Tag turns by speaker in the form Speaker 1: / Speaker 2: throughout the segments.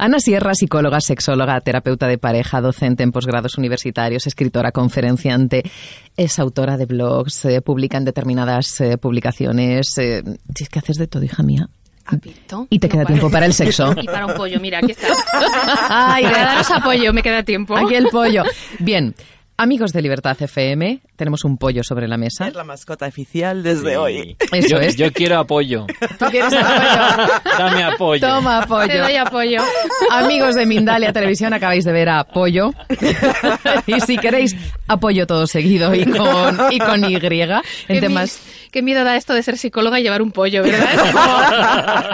Speaker 1: Ana Sierra, psicóloga, sexóloga, terapeuta de pareja, docente en posgrados universitarios, escritora, conferenciante, es autora de blogs, eh, publica en determinadas eh, publicaciones. eh, si es que haces de todo, hija mía.
Speaker 2: Apito.
Speaker 1: Y te
Speaker 2: Ah, No
Speaker 1: queda
Speaker 2: para.
Speaker 1: tiempo para el sexo.
Speaker 2: Y para un pollo, mira, aquí está.
Speaker 1: Ay,
Speaker 2: para
Speaker 1: de-
Speaker 2: daros apoyo, me queda tiempo.
Speaker 1: Aquí el pollo. Bien. Amigos de Libertad FM, tenemos un pollo sobre la mesa.
Speaker 3: Es la mascota oficial desde
Speaker 4: Sí.
Speaker 3: hoy.
Speaker 1: Eso
Speaker 4: yo,
Speaker 1: es.
Speaker 4: yo quiero apoyo.
Speaker 1: ¿Tú quieres el pollo?
Speaker 4: Dame apoyo.
Speaker 1: Toma
Speaker 2: Te
Speaker 1: apoyo.
Speaker 2: doy apoyo.
Speaker 1: Amigos de Mindalia Televisión, acabáis de ver a Pollo. y si queréis, apoyo todo seguido y con, y, con y en
Speaker 2: Qué
Speaker 1: temas...
Speaker 2: mi- qué miedo da esto de ser psicóloga y llevar un pollo, ¿verdad?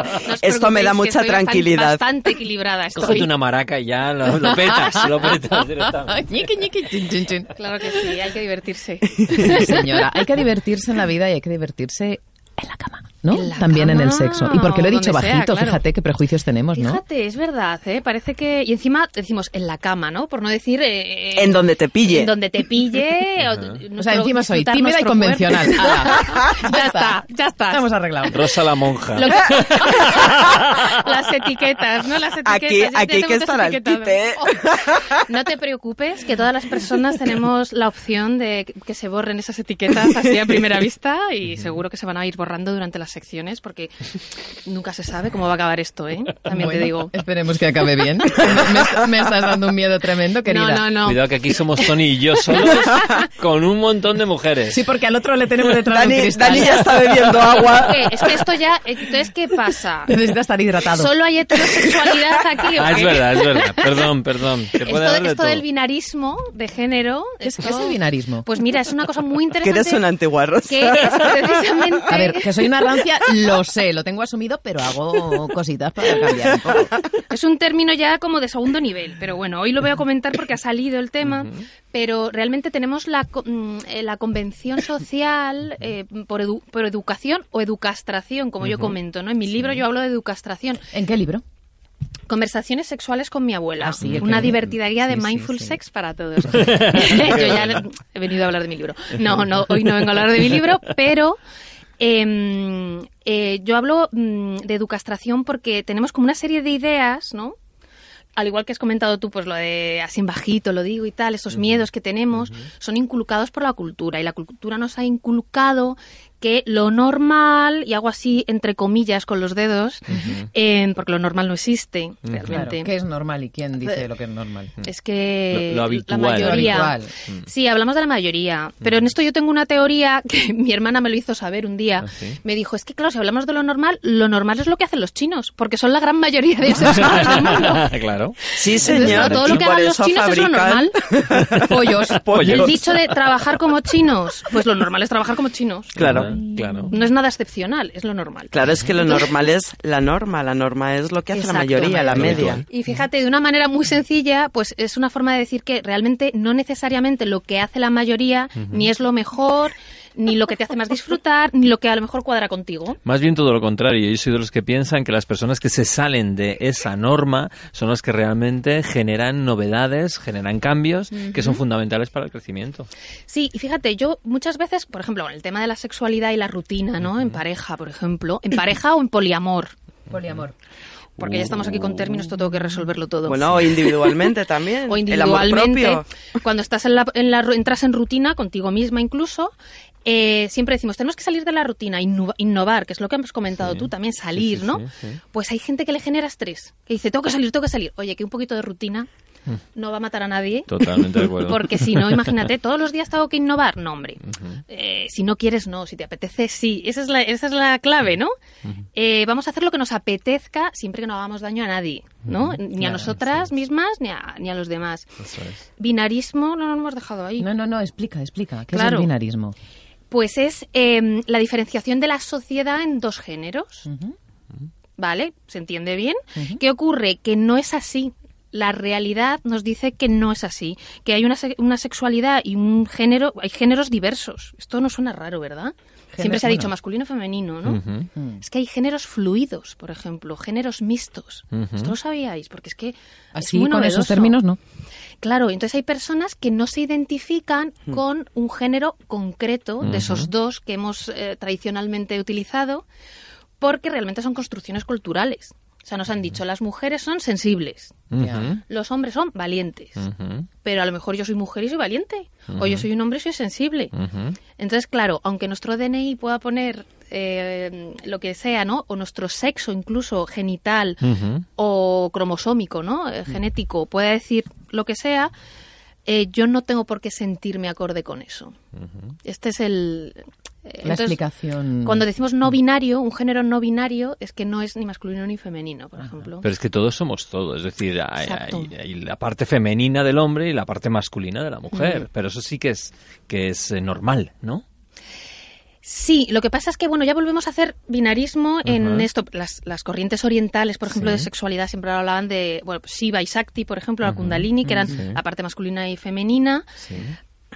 Speaker 2: Es como- No os
Speaker 3: Esto me
Speaker 2: preocupéis,
Speaker 3: da
Speaker 2: que
Speaker 3: mucha
Speaker 2: estoy bastan-
Speaker 3: tranquilidad.
Speaker 2: Bastante equilibrada estoy.
Speaker 4: Cógete una maraca y ya lo, lo petas, lo petas directamente.
Speaker 1: Ah. Ñiqui, ñiqui, chin, chin, chin.
Speaker 2: Claro que sí, hay que divertirse.
Speaker 1: Sí, señora, hay que divertirse en la vida y hay que divertirse en la cama, ¿no?
Speaker 2: En la
Speaker 1: También en el
Speaker 2: cama,
Speaker 1: sexo. Y porque lo he dicho
Speaker 2: donde sea,
Speaker 1: bajito,
Speaker 2: claro.
Speaker 1: fíjate qué prejuicios tenemos, ¿no?
Speaker 2: Fíjate, es verdad, ¿eh? Parece que... Y encima decimos en la cama, ¿no? Por no decir... eh,
Speaker 3: En donde te pille.
Speaker 2: en donde te pille. o,
Speaker 1: O sea,
Speaker 2: nuestro-
Speaker 1: encima soy
Speaker 2: disfrutar
Speaker 1: tímida y
Speaker 2: nuestro
Speaker 1: convencional.
Speaker 2: cuerpo.
Speaker 1: Ala.
Speaker 2: ya está, ya está.
Speaker 1: Estamos arreglados.
Speaker 4: Rosa la monja.
Speaker 2: Lo que- Las etiquetas, ¿no? Las etiquetas.
Speaker 3: Aquí-
Speaker 2: ya te
Speaker 3: aquí hay que
Speaker 2: hemos
Speaker 3: estar al
Speaker 2: etiquetado.
Speaker 3: quite, ¿eh?
Speaker 2: Oh, no te preocupes, que todas las personas tenemos la opción de que se borren esas etiquetas así a primera vista y seguro que se van a ir borrando durante las secciones porque nunca se sabe cómo va a acabar esto, ¿eh? También te
Speaker 1: Bueno,
Speaker 2: digo.
Speaker 1: Esperemos que acabe bien. Me, me estás dando un miedo tremendo, querida.
Speaker 2: No, no, no.
Speaker 4: Cuidado que aquí somos Tony y yo solos con un montón de mujeres.
Speaker 1: Sí, porque al otro le tenemos detrás un
Speaker 3: Dani,
Speaker 1: cristal.
Speaker 3: Dani ya está bebiendo agua.
Speaker 2: ¿Qué? Es que esto ya... Entonces, ¿qué pasa?
Speaker 1: Necesita estar hidratado.
Speaker 2: Solo hay heterosexualidad aquí. ¿o
Speaker 4: Ah, es
Speaker 2: qué?
Speaker 4: verdad, es verdad. Perdón, perdón. Se puede
Speaker 2: Esto,
Speaker 4: haber de
Speaker 2: esto
Speaker 4: todo.
Speaker 2: del binarismo de género...
Speaker 1: ¿Qué es,
Speaker 2: esto-
Speaker 1: qué es el binarismo?
Speaker 2: Pues mira, es una cosa muy
Speaker 3: Que
Speaker 2: interesante.
Speaker 3: eres una antiguarrosa.
Speaker 2: que es precisamente...
Speaker 1: A ver, que soy una rancia, lo sé, lo tengo asumido, pero hago cositas para cambiar un poco.
Speaker 2: Es un término ya como de segundo nivel, pero bueno, hoy lo voy a comentar porque ha salido el tema, pero realmente tenemos la, co- mm, eh, la convención social eh, por, edu- por educación o educastración, como yo comento, ¿no? En mi libro yo hablo de educastración.
Speaker 1: ¿En qué libro?
Speaker 2: Conversaciones sexuales con mi abuela.
Speaker 1: Ah, sí, el que-
Speaker 2: una divertida guía de
Speaker 1: sí, sí,
Speaker 2: mindful
Speaker 1: sí.
Speaker 2: sex para todos. Yo ya he venido a hablar de mi libro. No, no, hoy no vengo a hablar de mi libro, pero eh, eh, yo hablo mm, de educastración porque tenemos como una serie de ideas, ¿no? Al igual que has comentado tú, pues lo de así en bajito, lo digo y tal, esos miedos que tenemos son inculcados por la cultura y la cultura nos ha inculcado que lo normal, y hago así entre comillas con los dedos, eh, porque lo normal no existe realmente.
Speaker 1: ¿Qué es normal y quién dice lo que es normal?
Speaker 2: Es que
Speaker 4: Lo- lo habitual.
Speaker 2: la mayoría.
Speaker 1: Lo habitual.
Speaker 2: Sí, hablamos de la mayoría. Pero en esto yo tengo una teoría que mi hermana me lo hizo saber un día.
Speaker 4: ¿Ah, sí?
Speaker 2: Me dijo, es que claro, si hablamos de lo normal, lo normal es lo que hacen los chinos, porque son la gran mayoría de esos del mundo.
Speaker 4: claro.
Speaker 3: Sí,
Speaker 2: Entonces,
Speaker 3: señor.
Speaker 2: claro, todo lo
Speaker 3: Y
Speaker 2: que
Speaker 3: por
Speaker 2: hagan los
Speaker 3: eso
Speaker 2: chinos es lo
Speaker 3: fabrican-
Speaker 2: normal.
Speaker 1: Pollos.
Speaker 4: Pollos.
Speaker 2: El dicho de trabajar como chinos, pues lo normal es trabajar como chinos.
Speaker 3: Claro.
Speaker 4: Claro.
Speaker 2: No es nada excepcional, es lo normal.
Speaker 3: Claro, es que lo normal es la norma. La norma es lo que hace la
Speaker 2: Exacto,
Speaker 3: mayoría, la
Speaker 4: mayoría.
Speaker 3: media.
Speaker 2: Y fíjate, de una manera muy sencilla, pues es una forma de decir que realmente no necesariamente lo que hace la mayoría ni es lo mejor, ni lo que te hace más disfrutar, ni lo que a lo mejor cuadra contigo.
Speaker 4: Más bien todo lo contrario. Yo soy de los que piensan que las personas que se salen de esa norma son las que realmente generan novedades, generan cambios que son fundamentales para el crecimiento.
Speaker 2: Sí, y fíjate, yo muchas veces, por ejemplo, en el tema de la sexualidad y la rutina, ¿no? En pareja, por ejemplo, en pareja o en poliamor,
Speaker 1: Poliamor.
Speaker 2: porque ya estamos aquí con términos, esto tengo que resolverlo todo.
Speaker 3: Bueno, o individualmente también.
Speaker 2: o
Speaker 3: El amor
Speaker 2: individualmente,
Speaker 3: propio.
Speaker 2: cuando estás en la, en la ru- entras en rutina contigo misma incluso, eh, siempre decimos tenemos que salir de la rutina, innu- innovar, que es lo que hemos comentado tú también, salir,
Speaker 4: sí,
Speaker 2: ¿no?
Speaker 4: sí, sí.
Speaker 2: Pues hay gente que le genera estrés, que dice tengo que salir, tengo que salir. Oye, que un poquito de rutina no va a matar a nadie.
Speaker 4: Totalmente Mm. de acuerdo.
Speaker 2: Porque si no, imagínate, todos los días tengo que innovar. No, hombre. Eh, si no quieres, no. Si te apetece, sí. Esa es la, esa es la clave, ¿no? Eh, vamos a hacer lo que nos apetezca siempre que no hagamos daño a nadie, ¿no? Ni a
Speaker 1: Claro,
Speaker 2: nosotras mismas, ni a, ni a los demás.
Speaker 4: Eso es.
Speaker 2: Binarismo no lo hemos dejado ahí.
Speaker 1: No, no, no, explica, explica. ¿Qué es
Speaker 2: Claro.
Speaker 1: el binarismo?
Speaker 2: Pues es eh, la diferenciación de la sociedad en dos géneros.
Speaker 1: Ujú.
Speaker 2: ¿Vale? ¿Se entiende bien? ¿Qué ocurre? Que no es así. La realidad nos dice que no es así, que hay una, se- una sexualidad y un género, hay géneros diversos. Esto no suena raro, ¿verdad? Siempre se ha
Speaker 1: bueno.
Speaker 2: dicho masculino, femenino, ¿no?
Speaker 4: Ujú.
Speaker 1: Mm.
Speaker 2: Es que hay géneros fluidos, por ejemplo, géneros mixtos.
Speaker 4: Ujú.
Speaker 2: Esto lo sabíais, porque es que
Speaker 1: Así,
Speaker 2: es muy
Speaker 1: con esos
Speaker 2: novedoso.
Speaker 1: términos, no.
Speaker 2: Claro, entonces hay personas que no se identifican
Speaker 1: Mm.
Speaker 2: con un género concreto de esos dos que hemos eh, tradicionalmente utilizado porque realmente son construcciones culturales. O sea, nos han dicho, las mujeres son sensibles,
Speaker 4: Ujú,
Speaker 2: los hombres son valientes,
Speaker 1: Mm.
Speaker 4: ujú,
Speaker 2: pero a lo mejor yo soy mujer y soy valiente, o yo soy un hombre y soy sensible.
Speaker 4: ujú.
Speaker 2: Entonces, claro, aunque nuestro DNI pueda poner eh, lo que sea, ¿no? O nuestro sexo incluso genital
Speaker 1: Mm.
Speaker 4: Ujú.
Speaker 2: o cromosómico, ¿no? Eh, Genético, pueda decir lo que sea, eh, yo no tengo por qué sentirme acorde con eso. Este es el... eh,
Speaker 1: La explicación. Mm.
Speaker 2: Cuando decimos no binario, un género no binario es que no es ni masculino ni femenino, por ejemplo.
Speaker 4: Pero es que todos somos todo, es decir, hay,
Speaker 2: Exacto.
Speaker 4: hay- hay la parte femenina del hombre y la parte masculina de la mujer, pero eso sí que es que es eh, normal, ¿no?
Speaker 2: Sí, lo que pasa es que, bueno, ya volvemos a hacer binarismo en
Speaker 4: Ajá.
Speaker 2: esto. Las, las corrientes orientales, por ejemplo,
Speaker 4: Sí.
Speaker 2: de sexualidad siempre hablaban de, bueno, Shiva y Shakti, por ejemplo, la Kundalini, que eran la parte masculina y femenina,
Speaker 4: Sí.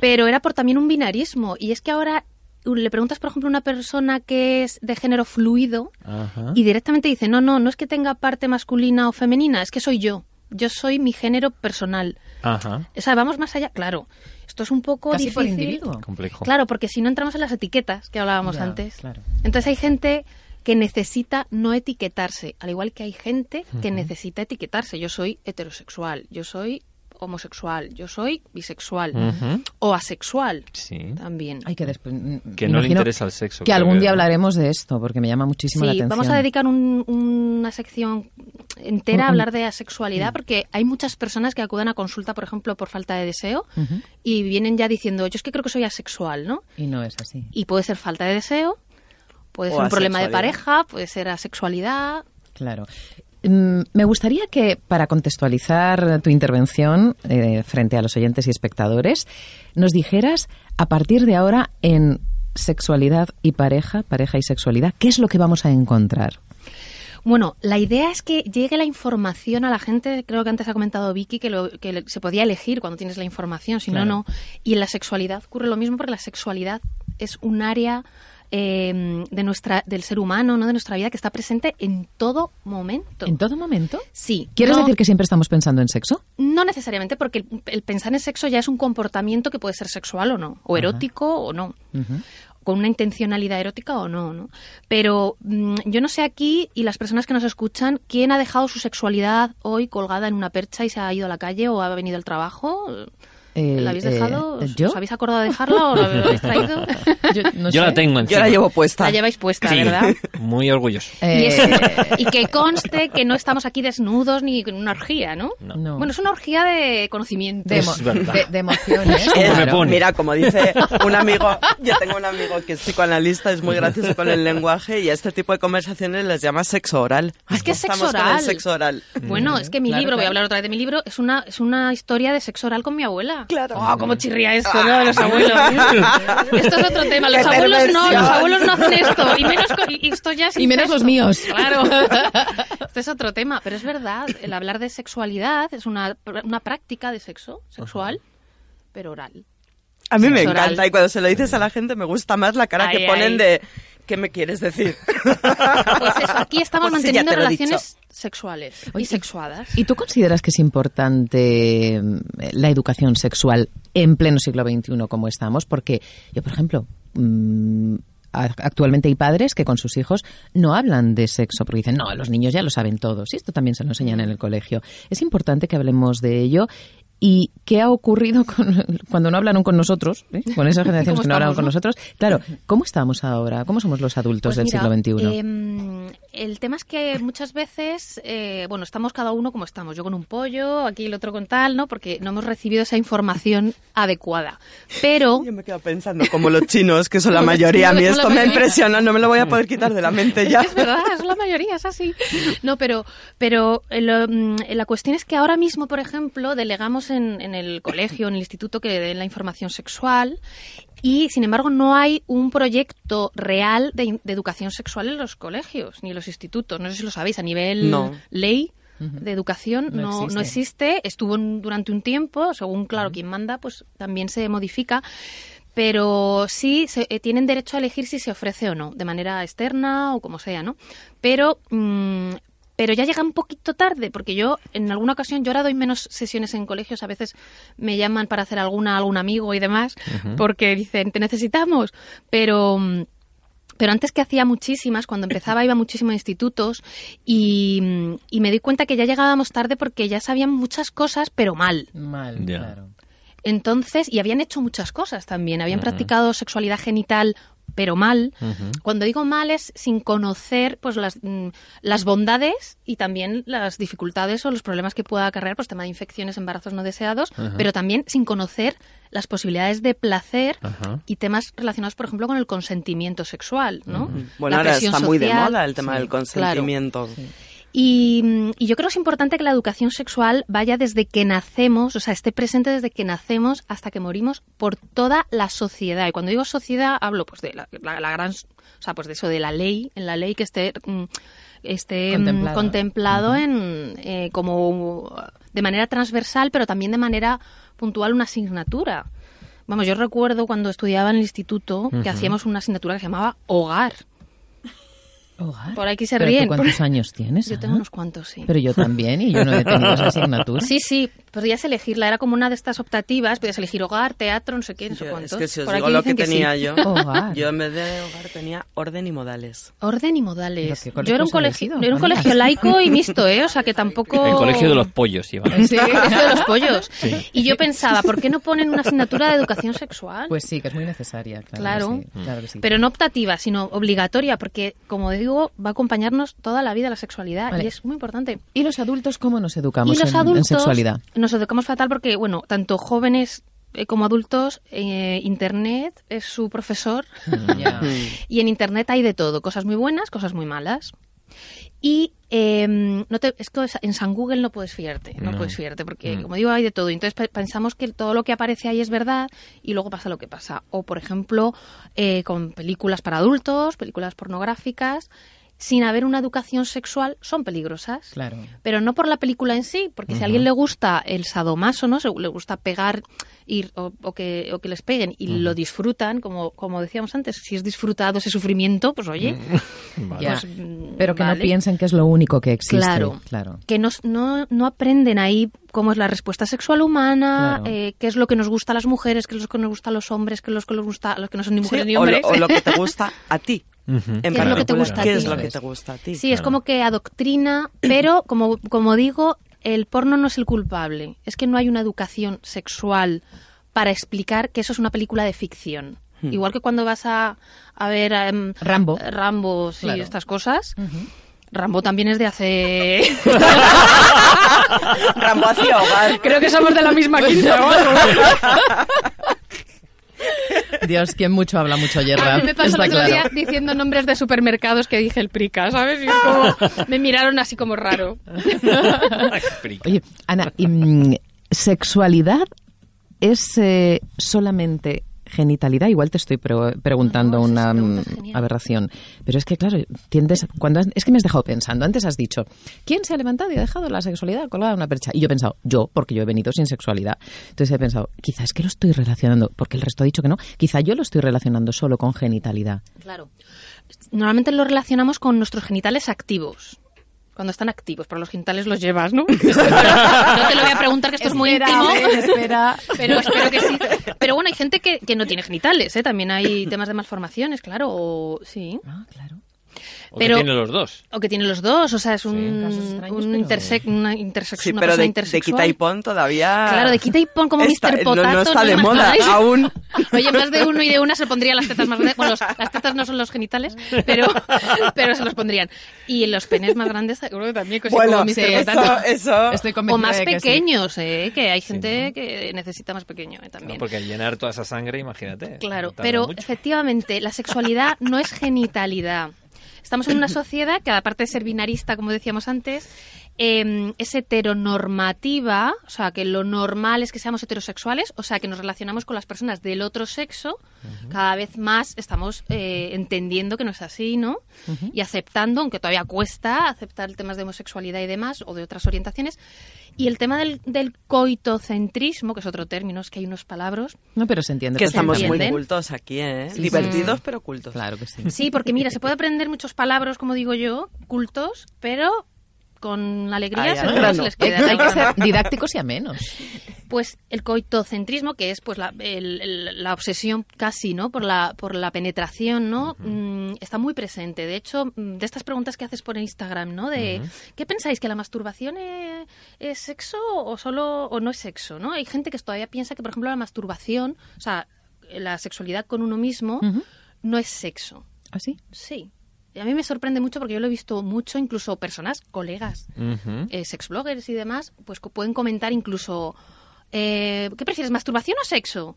Speaker 2: pero era por también un binarismo. Y es que ahora uh, le preguntas, por ejemplo, a una persona que es de género fluido
Speaker 1: Ah.
Speaker 4: Ajá.
Speaker 2: y directamente dice, no, no, no es que tenga parte masculina o femenina, es que soy yo. Yo soy mi género personal.
Speaker 4: Ajá.
Speaker 2: O sea, vamos más allá. Claro, esto es un poco
Speaker 1: Casi por
Speaker 2: difícil.
Speaker 1: individuo.
Speaker 4: Complejo.
Speaker 2: Claro, porque si no entramos en las etiquetas que hablábamos
Speaker 1: Ya,
Speaker 2: antes.
Speaker 1: claro.
Speaker 2: Entonces hay gente que necesita no etiquetarse, al igual que hay gente que necesita etiquetarse. Yo soy heterosexual, yo soy homosexual, yo soy bisexual
Speaker 4: Ujú.
Speaker 2: o asexual
Speaker 4: Sí.
Speaker 2: también.
Speaker 1: Mm. Ay, que después- mm,
Speaker 4: Que no le
Speaker 1: imagino
Speaker 4: interesa el sexo,
Speaker 1: Que
Speaker 4: creo
Speaker 1: algún
Speaker 4: que,
Speaker 1: día
Speaker 4: ¿no?
Speaker 1: hablaremos de esto, porque me llama muchísimo la
Speaker 2: Sí,
Speaker 1: atención. Mm,
Speaker 2: vamos a dedicar un- una sección entera a
Speaker 1: Un-
Speaker 2: hablar de
Speaker 1: Mm.
Speaker 2: asexualidad porque hay muchas personas que acuden a consulta, por ejemplo, por falta de deseo
Speaker 1: Ujú.
Speaker 2: y vienen ya diciendo, yo es que creo que soy asexual, ¿no?
Speaker 1: Y no es así.
Speaker 2: Y puede ser falta de deseo, puede
Speaker 3: O
Speaker 2: ser un problema de
Speaker 3: asexualidad.
Speaker 2: pareja, puede ser asexualidad.
Speaker 1: Claro. Mm, Me gustaría que, para contextualizar tu intervención eh, frente a los oyentes y espectadores, nos dijeras, a partir de ahora, en sexualidad y pareja, pareja y sexualidad, ¿qué es lo que vamos a encontrar?
Speaker 2: Bueno, la idea es que llegue la información a la gente. Creo que antes ha comentado Vicky que, lo- que le- se podía elegir cuando tienes la información, si
Speaker 1: Claro.
Speaker 2: no, no. Y en la sexualidad ocurre lo mismo porque la sexualidad es un área eh, de nuestra, del ser humano, no de nuestra vida, que está presente en todo momento.
Speaker 1: ¿En todo momento?
Speaker 2: sí.
Speaker 1: ¿Quieres
Speaker 2: no-
Speaker 1: decir que siempre estamos pensando en sexo?
Speaker 2: No necesariamente, porque el, el pensar en sexo ya es un comportamiento que puede ser sexual o no, o erótico o no, con una intencionalidad erótica o no, ¿no? Pero mm, yo no sé aquí y las personas que nos escuchan, ¿quién ha dejado su sexualidad hoy colgada en una percha y se ha ido a la calle o ha venido al trabajo?
Speaker 1: Eh,
Speaker 2: ¿La habéis
Speaker 1: eh,
Speaker 2: dejado? ¿Os-
Speaker 1: ¿yo?
Speaker 2: ¿Os habéis acordado de dejarla o la habéis traído?
Speaker 1: Yo, no
Speaker 4: Yo
Speaker 1: sé.
Speaker 4: la tengo encima.
Speaker 3: Yo la llevo puesta.
Speaker 2: la lleváis puesta,
Speaker 4: Sí,
Speaker 2: ¿verdad?
Speaker 4: Muy orgulloso.
Speaker 2: Y, es-
Speaker 1: Eh,
Speaker 2: y que conste que no estamos aquí desnudos ni con una orgía, ¿no?
Speaker 4: No.
Speaker 1: no.
Speaker 2: Bueno, es una orgía de conocimiento.
Speaker 1: de, emo-
Speaker 4: Es verdad.
Speaker 1: de- de emociones.
Speaker 4: ¿Cómo me
Speaker 3: Eh,
Speaker 1: claro.
Speaker 4: pone?
Speaker 3: Mira, como dice un amigo, yo tengo un amigo que es psicoanalista, es muy gracioso con el lenguaje y a este tipo de conversaciones les llama sexo oral.
Speaker 2: Es que es
Speaker 3: Estamos
Speaker 2: sexo
Speaker 3: con el
Speaker 2: oral.
Speaker 3: sexo oral.
Speaker 2: Bueno, es que mi
Speaker 1: Claro,
Speaker 2: libro, voy
Speaker 1: claro.
Speaker 2: a hablar otra vez de mi libro, es una, es una historia de sexo oral con mi abuela.
Speaker 3: Claro.
Speaker 2: Oh, cómo chirría
Speaker 1: Ah.
Speaker 2: esto, ¿no? De Los abuelos. esto es otro tema. Los
Speaker 3: Qué
Speaker 2: abuelos no,
Speaker 3: perversión.
Speaker 2: los abuelos no hacen esto. Y menos, con- y esto ya es
Speaker 1: Y menos
Speaker 2: incesto.
Speaker 1: los míos.
Speaker 2: Claro. Esto es otro tema. Pero es verdad, el hablar de sexualidad es una, pr- una práctica de sexo sexual, pero oral.
Speaker 3: A mí me
Speaker 2: Sexo oral.
Speaker 3: encanta y cuando se lo dices a la gente me gusta más la cara
Speaker 2: Ay,
Speaker 3: que ponen
Speaker 2: ay.
Speaker 3: de ¿qué me quieres decir?
Speaker 2: Pues eso, aquí estamos
Speaker 3: Pues sí, ya
Speaker 2: manteniendo
Speaker 3: te lo he dicho.
Speaker 2: relaciones sexuales
Speaker 1: Oye,
Speaker 2: y sexuadas.
Speaker 1: ¿Y tú consideras que es importante mm, la educación sexual en pleno siglo XXI como estamos? Porque yo, por ejemplo, mm, a- actualmente hay padres que con sus hijos no hablan de sexo porque dicen, no, los niños ya lo saben todos. Y esto también se lo enseñan en el colegio. Es importante que hablemos de ello. ¿Y qué ha ocurrido con- cuando no hablaron con nosotros, ¿eh? con esas generaciones
Speaker 2: ¿Cómo
Speaker 1: que no hablaron
Speaker 2: estamos,
Speaker 1: con
Speaker 2: no?
Speaker 1: nosotros? Claro, ¿cómo estamos ahora? ¿Cómo somos los adultos
Speaker 2: Pues
Speaker 1: del
Speaker 2: mira,
Speaker 1: siglo XXI?
Speaker 2: em, el tema es que muchas veces, eh, bueno, estamos cada uno como estamos. Yo con un pollo, aquí el otro con tal, ¿no? Porque no hemos recibido esa información adecuada. Pero
Speaker 3: Yo me quedo pensando, como los chinos, que son la
Speaker 2: ¿Oh? Como los
Speaker 3: mayoría, a mí
Speaker 2: chinos, como
Speaker 3: esto
Speaker 2: la
Speaker 3: me
Speaker 2: mayoría.
Speaker 3: impresiona, no me lo voy a poder quitar de la mente ya.
Speaker 2: es verdad, es la mayoría, es así. No, pero, pero eh, lo, mm, la cuestión es que ahora mismo, por ejemplo, delegamos en, en el colegio, en el instituto que den la información sexual y, sin embargo, no hay un proyecto real de, in- de educación sexual en los colegios ni en los institutos. No sé si lo sabéis, a nivel
Speaker 3: No.
Speaker 2: ley de educación
Speaker 1: No
Speaker 2: no, no existe. Estuvo en- durante un tiempo, según, claro, quien manda, pues también se modifica. Pero sí se, eh, tienen derecho a elegir si se ofrece o no, de manera externa o como sea, ¿no? Pero, mm, pero ya llega un poquito tarde, porque yo en alguna ocasión, yo ahora doy menos sesiones en colegios, a veces me llaman para hacer alguna, algún amigo y demás, porque dicen, te necesitamos, pero... mm, Pero antes que hacía muchísimas, cuando empezaba iba muchísimo a institutos y, mm, y me di cuenta que ya llegábamos tarde porque ya sabían muchas cosas, pero mal.
Speaker 1: Mal,
Speaker 4: Ya.
Speaker 1: claro.
Speaker 2: Entonces, y habían hecho muchas cosas también. Habían practicado sexualidad genital, pero mal. Cuando digo mal es sin conocer pues las, mm, las bondades y también las dificultades o los problemas que pueda acarrear, pues tema de infecciones, embarazos no deseados,
Speaker 4: Ajá.
Speaker 2: pero también sin conocer las posibilidades de placer
Speaker 4: Ajá.
Speaker 2: y temas relacionados, por ejemplo, con el consentimiento sexual, ¿no? La
Speaker 3: Bueno, ahora
Speaker 2: presión
Speaker 3: está muy de
Speaker 2: social.
Speaker 3: moda el tema
Speaker 2: Sí,
Speaker 3: del
Speaker 2: claro.
Speaker 3: consentimiento.
Speaker 2: Y, mm, y yo creo que es importante que la educación sexual vaya desde que nacemos, o sea, esté presente desde que nacemos hasta que morimos por toda la sociedad. Y cuando digo sociedad, hablo pues de la, la- la gran, o sea, pues de eso, de la ley, en la ley que esté, mm, esté mm,
Speaker 1: Contemplado.
Speaker 2: contemplado, en, eh, como uh, de manera transversal, pero también de manera puntual una asignatura. Vamos, yo recuerdo cuando estudiaba en el instituto que hacíamos una asignatura que se llamaba hogar.
Speaker 1: Hogar.
Speaker 2: Por aquí se
Speaker 1: ¿Pero Oh, tú
Speaker 2: ríen.
Speaker 1: ¿Cuántos años tienes?
Speaker 2: Yo
Speaker 1: Ana?
Speaker 2: tengo unos cuantos, sí.
Speaker 1: Pero yo también, y yo no he tenido esa asignatura.
Speaker 2: Sí, sí, podías elegirla, era como una de estas optativas, podías elegir hogar, teatro, no sé qué, no sé
Speaker 3: Yo-
Speaker 2: cuántos.
Speaker 3: es que si os
Speaker 2: Por
Speaker 3: digo
Speaker 2: aquí
Speaker 3: lo que
Speaker 2: dicen sí. Oh, ah.
Speaker 3: tenía yo,
Speaker 1: Hogar.
Speaker 3: yo en vez de hogar tenía orden y modales.
Speaker 2: Orden y
Speaker 1: Pero
Speaker 2: modales.
Speaker 1: qué
Speaker 2: Yo era un,
Speaker 1: colegios habéis
Speaker 2: colegio,
Speaker 1: ido,
Speaker 2: era un
Speaker 1: María.
Speaker 2: colegio laico y mixto, ¿eh? O sea que tampoco...
Speaker 4: El colegio de los pollos, Iván.
Speaker 1: Sí.
Speaker 2: El colegio de los pollos. Y yo pensaba, ¿por qué no ponen una asignatura de educación sexual?
Speaker 1: Pues sí, que es muy necesaria, claro.
Speaker 2: Claro.
Speaker 1: que sí, claro que sí.
Speaker 2: Pero no optativa, sino obligatoria, porque, como digo, va a acompañarnos toda la vida la sexualidad
Speaker 1: Vale.
Speaker 2: y es muy importante.
Speaker 1: ¿Y los adultos cómo nos educamos
Speaker 2: y los
Speaker 1: en, en
Speaker 2: adultos
Speaker 1: sexualidad?
Speaker 2: Nos educamos fatal porque, bueno, tanto jóvenes eh, como adultos, eh, Internet es su profesor
Speaker 1: Mm,
Speaker 2: Ah.
Speaker 1: Ya.
Speaker 3: Hmm.
Speaker 2: y en Internet hay de todo, cosas muy buenas, cosas muy malas. Y eh, no te, es que en San Google no puedes fiarte, no,
Speaker 4: No.
Speaker 2: puedes fiarte, porque
Speaker 4: Mm.
Speaker 2: como digo, hay de todo. Entonces pe- pensamos que todo lo que aparece ahí es verdad y luego pasa lo que pasa. O, por ejemplo, eh, con películas para adultos, películas pornográficas, sin haber una educación sexual, son peligrosas
Speaker 1: Claro.
Speaker 2: pero no por la película en sí, porque si a alguien le gusta el sadomaso, ¿no? Se- Le gusta pegar ir, o, o que, o que les peguen y lo disfrutan, como, como decíamos antes, si es disfrutado ese sufrimiento, pues oye,
Speaker 4: Vale.
Speaker 1: Ya.
Speaker 2: pues, mm,
Speaker 1: Pero que no
Speaker 2: vale.
Speaker 1: piensen que es lo único que existe.
Speaker 2: Claro. que no, no, no aprenden ahí cómo es la respuesta sexual humana,
Speaker 1: Claro.
Speaker 2: eh, qué es lo que nos gusta a las mujeres, qué es lo que nos gusta a los hombres, qué es lo que nos gusta a los que no son ni
Speaker 3: Sí,
Speaker 2: mujeres ni
Speaker 3: o, lo,
Speaker 2: hombres.
Speaker 3: o lo que te gusta a ti.
Speaker 4: Ujú.
Speaker 3: En
Speaker 2: ¿Qué es lo que te
Speaker 3: particular.
Speaker 2: gusta a
Speaker 3: ¿Qué
Speaker 2: ti?
Speaker 3: es lo
Speaker 1: Eso
Speaker 3: que
Speaker 1: es.
Speaker 3: te gusta a ti?
Speaker 2: Sí, es
Speaker 4: Claro.
Speaker 2: como que adoctrina, pero como, como digo, el porno no es el culpable. Es que no hay una educación sexual para explicar que eso es una película de ficción.
Speaker 1: Hmm.
Speaker 2: Igual que cuando vas a, a ver em,
Speaker 1: Rambo.
Speaker 2: Rambo, sí,
Speaker 1: Oh. Claro.
Speaker 2: estas cosas. Rambo también es de hace...
Speaker 3: Rambo hacia hogar.
Speaker 2: Creo que somos de la misma
Speaker 1: Pues
Speaker 2: quinta.
Speaker 1: Dios, quien mucho habla, mucho hierba.
Speaker 2: A mí me pasó el
Speaker 1: Está
Speaker 2: otro
Speaker 1: claro.
Speaker 2: día diciendo nombres de supermercados que dije el prica, ¿sabes? Y es como- me miraron así como raro.
Speaker 4: Explica.
Speaker 1: Oye, Ana, y, mm, ¿sexualidad es eh, solamente genitalidad? Igual te estoy pre- preguntando
Speaker 2: No, esa es
Speaker 1: una
Speaker 2: una pregunta
Speaker 1: mm,
Speaker 2: genial.
Speaker 1: aberración. Pero es que, claro, tiendes. Cuando has- es que me has dejado pensando. Antes has dicho, ¿quién se ha levantado y ha dejado la sexualidad colgada en una percha? Y yo he pensado, yo, porque yo he venido sin sexualidad. Entonces he pensado, quizás que lo estoy relacionando, porque el resto ha dicho que no. Quizá yo lo estoy relacionando solo con genitalidad.
Speaker 2: Claro. Normalmente lo relacionamos con nuestros genitales activos. Cuando están activos, pero los genitales los llevas, ¿no? No te lo voy a preguntar, que esto es muy íntimo. Pero espero que sí. Pero bueno, hay gente que, que no tiene genitales, ¿eh? También hay temas de malformaciones, claro, o sí.
Speaker 1: Ah, claro.
Speaker 4: O
Speaker 2: Pero-
Speaker 4: que tiene los dos.
Speaker 2: O que tiene los dos, o sea, es un,
Speaker 1: Casos extraños,
Speaker 2: un
Speaker 1: pero-
Speaker 2: intersec- una intersección.
Speaker 3: Sí,
Speaker 2: una
Speaker 3: pero
Speaker 2: persona
Speaker 3: de, de
Speaker 2: intersexual.
Speaker 3: quita y pon todavía.
Speaker 2: Claro, de quita y pon como
Speaker 3: Está-
Speaker 2: Mr.
Speaker 3: no-
Speaker 2: Potato.
Speaker 3: No, está de
Speaker 2: os
Speaker 3: moda
Speaker 2: imagináis?
Speaker 3: aún.
Speaker 2: Oye, más de uno y de una se pondrían las tetas más grandes. Bueno, los- las tetas no son los genitales, pero, pero se los pondrían. Y los penes más grandes, seguro que también, cosas
Speaker 3: Bueno,
Speaker 2: como Mr.
Speaker 1: sí,
Speaker 2: Potato.
Speaker 3: eso, eso-
Speaker 1: Estoy
Speaker 2: O
Speaker 1: convencida
Speaker 2: más
Speaker 1: de que sí.
Speaker 2: pequeños, ¿eh? que hay gente que necesita más pequeño eh,
Speaker 4: No,
Speaker 2: también.
Speaker 4: porque al llenar toda esa sangre, imagínate.
Speaker 2: Claro,
Speaker 4: tarda
Speaker 2: pero
Speaker 4: ¿eh? mucho.
Speaker 2: efectivamente la sexualidad no es genitalidad. Estamos en una sociedad que, aparte de ser binarista, como decíamos antes, eh, es heteronormativa, o sea, que lo normal es que seamos heterosexuales, o sea, que nos relacionamos con las personas del otro sexo. Cada vez más estamos eh, entendiendo que no es así, ¿no? Y aceptando, aunque todavía cuesta aceptar temas de homosexualidad y demás, o de otras orientaciones. Y el tema del, del coitocentrismo, que es otro término, es que hay unos palabras
Speaker 1: No, pero se entiende.
Speaker 3: Que estamos muy
Speaker 1: perfectamente.
Speaker 2: entiende.
Speaker 3: cultos aquí, ¿eh?
Speaker 1: Sí,
Speaker 3: Divertidos, pero cultos.
Speaker 1: Claro que sí.
Speaker 2: Sí, porque mira, se puede aprender muchos palabras, como digo yo, cultos, pero con alegría
Speaker 3: Ay,
Speaker 2: seguro
Speaker 3: al
Speaker 2: que se
Speaker 3: grano.
Speaker 2: les queda.
Speaker 1: Hay que ser didácticos y amenos.
Speaker 2: pues el coitocentrismo, que es pues la, el- el- la obsesión casi, ¿no? Por la, por la penetración, ¿no? Mm, está muy presente. De hecho, mm, de estas preguntas que haces por Instagram, ¿no? De ¿qué pensáis? ¿Que la masturbación eh, es, sexo o solo o no es sexo? ¿No? Hay gente que todavía piensa que, por ejemplo, la masturbación, o sea, la sexualidad con uno mismo,
Speaker 3: Mm.
Speaker 1: Ujú.
Speaker 2: no es sexo.
Speaker 1: ¿Ah, sí?
Speaker 2: Sí. Y A mí me sorprende mucho porque yo lo he visto mucho, incluso personas, colegas,
Speaker 4: Ujú.
Speaker 2: eh, sexbloggers y demás, pues co- pueden comentar incluso, eh, ¿qué prefieres, masturbación o sexo?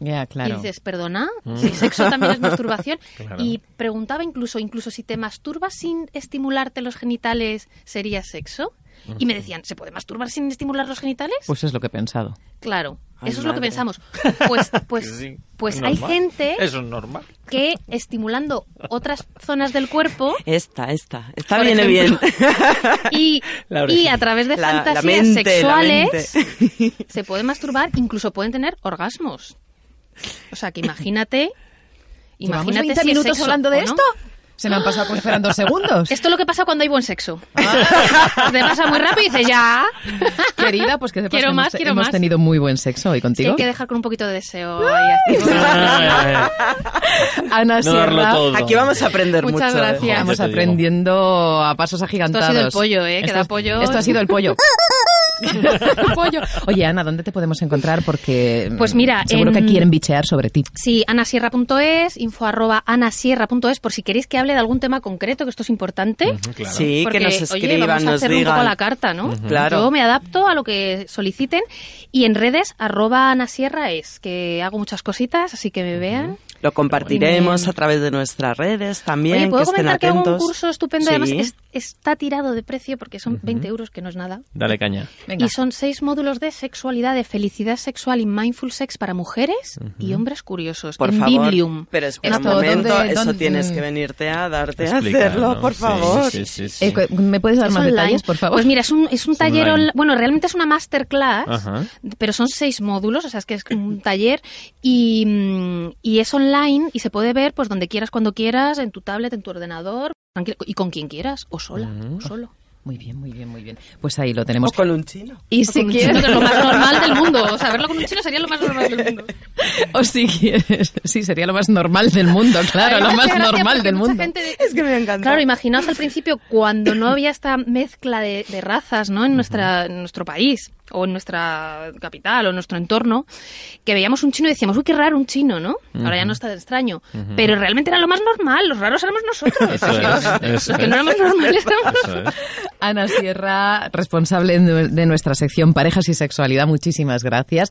Speaker 1: Ya, claro.
Speaker 2: Y dices, perdona, si sexo también es masturbación.
Speaker 4: Mm. Claro.
Speaker 2: Y preguntaba incluso, incluso si te masturbas sin estimularte los genitales, ¿sería sexo? Y me decían, ¿se puede masturbar sin estimular los genitales?
Speaker 1: Pues es lo que he pensado.
Speaker 2: claro,
Speaker 3: Ay,
Speaker 2: eso es lo que
Speaker 3: madre.
Speaker 2: pensamos. Pues, pues,
Speaker 4: Sí,
Speaker 2: pues
Speaker 4: es
Speaker 2: hay
Speaker 4: normal.
Speaker 2: gente
Speaker 4: Eso es normal.
Speaker 2: que estimulando otras zonas del cuerpo
Speaker 3: Esta, esta. Esta
Speaker 2: Por
Speaker 3: viene
Speaker 2: ejemplo.
Speaker 3: bien.
Speaker 2: y,
Speaker 4: La
Speaker 2: y
Speaker 4: orejilla.
Speaker 2: a través de
Speaker 3: La- la
Speaker 2: fantasías
Speaker 3: mente, la
Speaker 2: sexuales
Speaker 3: mente.
Speaker 2: se pueden masturbar, incluso pueden tener orgasmos. O sea, que imagínate.
Speaker 1: ¿Llevamos
Speaker 2: imagínate
Speaker 1: 20
Speaker 2: si es
Speaker 1: minutos
Speaker 2: sexo
Speaker 1: hablando de
Speaker 2: o no.
Speaker 1: esto? Se me han pasado como si fueran dos segundos.
Speaker 2: Esto es lo que pasa cuando hay buen sexo.
Speaker 1: Ah.
Speaker 2: Te pasa muy rápido y dices, ya.
Speaker 1: Querida, pues que sepas
Speaker 2: Quiero
Speaker 1: que
Speaker 2: más,
Speaker 1: hemos, te-
Speaker 2: quiero
Speaker 1: hemos
Speaker 2: más.
Speaker 1: tenido muy buen sexo hoy
Speaker 2: Sí,
Speaker 1: contigo.
Speaker 2: hay que dejar con un poquito de deseo. ahí activo.
Speaker 1: Ah. Ana
Speaker 4: No darlo
Speaker 1: Sierra,
Speaker 4: todo.
Speaker 3: Aquí vamos a aprender
Speaker 2: Muchas
Speaker 3: mucho.
Speaker 2: gracias.
Speaker 1: Estamos
Speaker 4: Ya te digo.
Speaker 1: aprendiendo a pasos agigantados.
Speaker 2: Esto ha sido el pollo, ¿eh? Que
Speaker 1: Esto
Speaker 2: da
Speaker 1: es-
Speaker 2: pollo.
Speaker 1: Esto ha sido el pollo. El pollo. Oye, Ana, ¿dónde te podemos encontrar? Porque mm,
Speaker 2: Pues mira,
Speaker 1: seguro
Speaker 2: en-
Speaker 1: que quieren bichear sobre ti.
Speaker 2: Sí, anasierra.es, info arroba anasierra.es, por si queréis que hable de algún tema concreto, que esto es importante.
Speaker 4: Ujú, claro.
Speaker 3: Sí,
Speaker 2: Porque,
Speaker 3: que nos
Speaker 2: oye,
Speaker 3: escriban,
Speaker 2: vamos a
Speaker 3: nos
Speaker 2: hacer
Speaker 3: digan.
Speaker 2: un poco a la carta, ¿no?
Speaker 3: Ujú. Claro.
Speaker 2: Yo me adapto a lo que soliciten y en redes, arroba Ana Sierra es, que hago muchas cositas, así que me vean.
Speaker 3: Lo compartiremos
Speaker 2: Bien.
Speaker 3: a través de nuestras redes también,
Speaker 2: Oye, ¿puedo
Speaker 3: que estén
Speaker 2: comentar que hago
Speaker 3: atentos.
Speaker 2: un curso estupendo?
Speaker 3: Sí.
Speaker 2: Además, es- está tirado de precio porque son 20 euros, que no es nada.
Speaker 4: Dale caña.
Speaker 1: Venga.
Speaker 2: Y son seis módulos de sexualidad, de felicidad sexual y mindful sex para mujeres y hombres curiosos.
Speaker 3: por
Speaker 2: en
Speaker 3: favor,
Speaker 2: Biblium.
Speaker 3: pero espera
Speaker 1: Esto,
Speaker 3: un momento,
Speaker 1: ¿dónde-
Speaker 3: eso
Speaker 1: dónde-
Speaker 3: tienes que venirte a darte a
Speaker 4: Explica,
Speaker 3: hacerlo,
Speaker 4: ¿no?
Speaker 3: por
Speaker 4: Sí,
Speaker 3: favor.
Speaker 4: sí, sí, sí.
Speaker 1: Eh, cu- ¿Me puedes dar
Speaker 2: Es
Speaker 1: más
Speaker 2: online.
Speaker 1: detalles, por favor?
Speaker 2: Pues mira, es un, es un taller,
Speaker 4: online.
Speaker 2: onla- bueno, realmente es una masterclass,
Speaker 4: Ajá.
Speaker 2: pero son seis módulos, o sea, es que es un taller y, mm, y es online y se puede ver pues donde quieras, cuando quieras, en tu tablet, en tu ordenador, tranquilo, y con quien quieras, o sola, o solo.
Speaker 1: Muy bien, muy bien, muy bien. Pues ahí lo
Speaker 3: O
Speaker 1: tenemos.
Speaker 3: con un chino.
Speaker 1: Y
Speaker 2: O
Speaker 1: si
Speaker 2: con un
Speaker 1: quieres,
Speaker 2: chino, que es lo más normal del mundo, o sea, verlo con un chino sería lo más normal del mundo.
Speaker 1: o si quieres, sí, sería lo más normal del mundo, claro,
Speaker 2: Además,
Speaker 1: lo
Speaker 2: me hace
Speaker 1: más
Speaker 2: gracia
Speaker 1: normal
Speaker 2: porque
Speaker 1: del
Speaker 2: mucha
Speaker 1: mundo.
Speaker 2: gente-
Speaker 3: Es que me encanta.
Speaker 2: Claro, imaginaos al principio cuando no había esta mezcla de, de razas, ¿no? En nuestra en nuestro país o en nuestra capital o en nuestro entorno, que veíamos un chino y decíamos, uy, qué raro un chino, ¿no? Ahora ya no está tan extraño, pero realmente era lo más normal. Los raros éramos nosotros.
Speaker 4: Eso es,
Speaker 2: los
Speaker 4: eso
Speaker 2: que
Speaker 4: es.
Speaker 2: no éramos normales éramos
Speaker 4: Eso es.
Speaker 1: Ana Sierra, responsable de nuestra sección Parejas y Sexualidad, muchísimas gracias.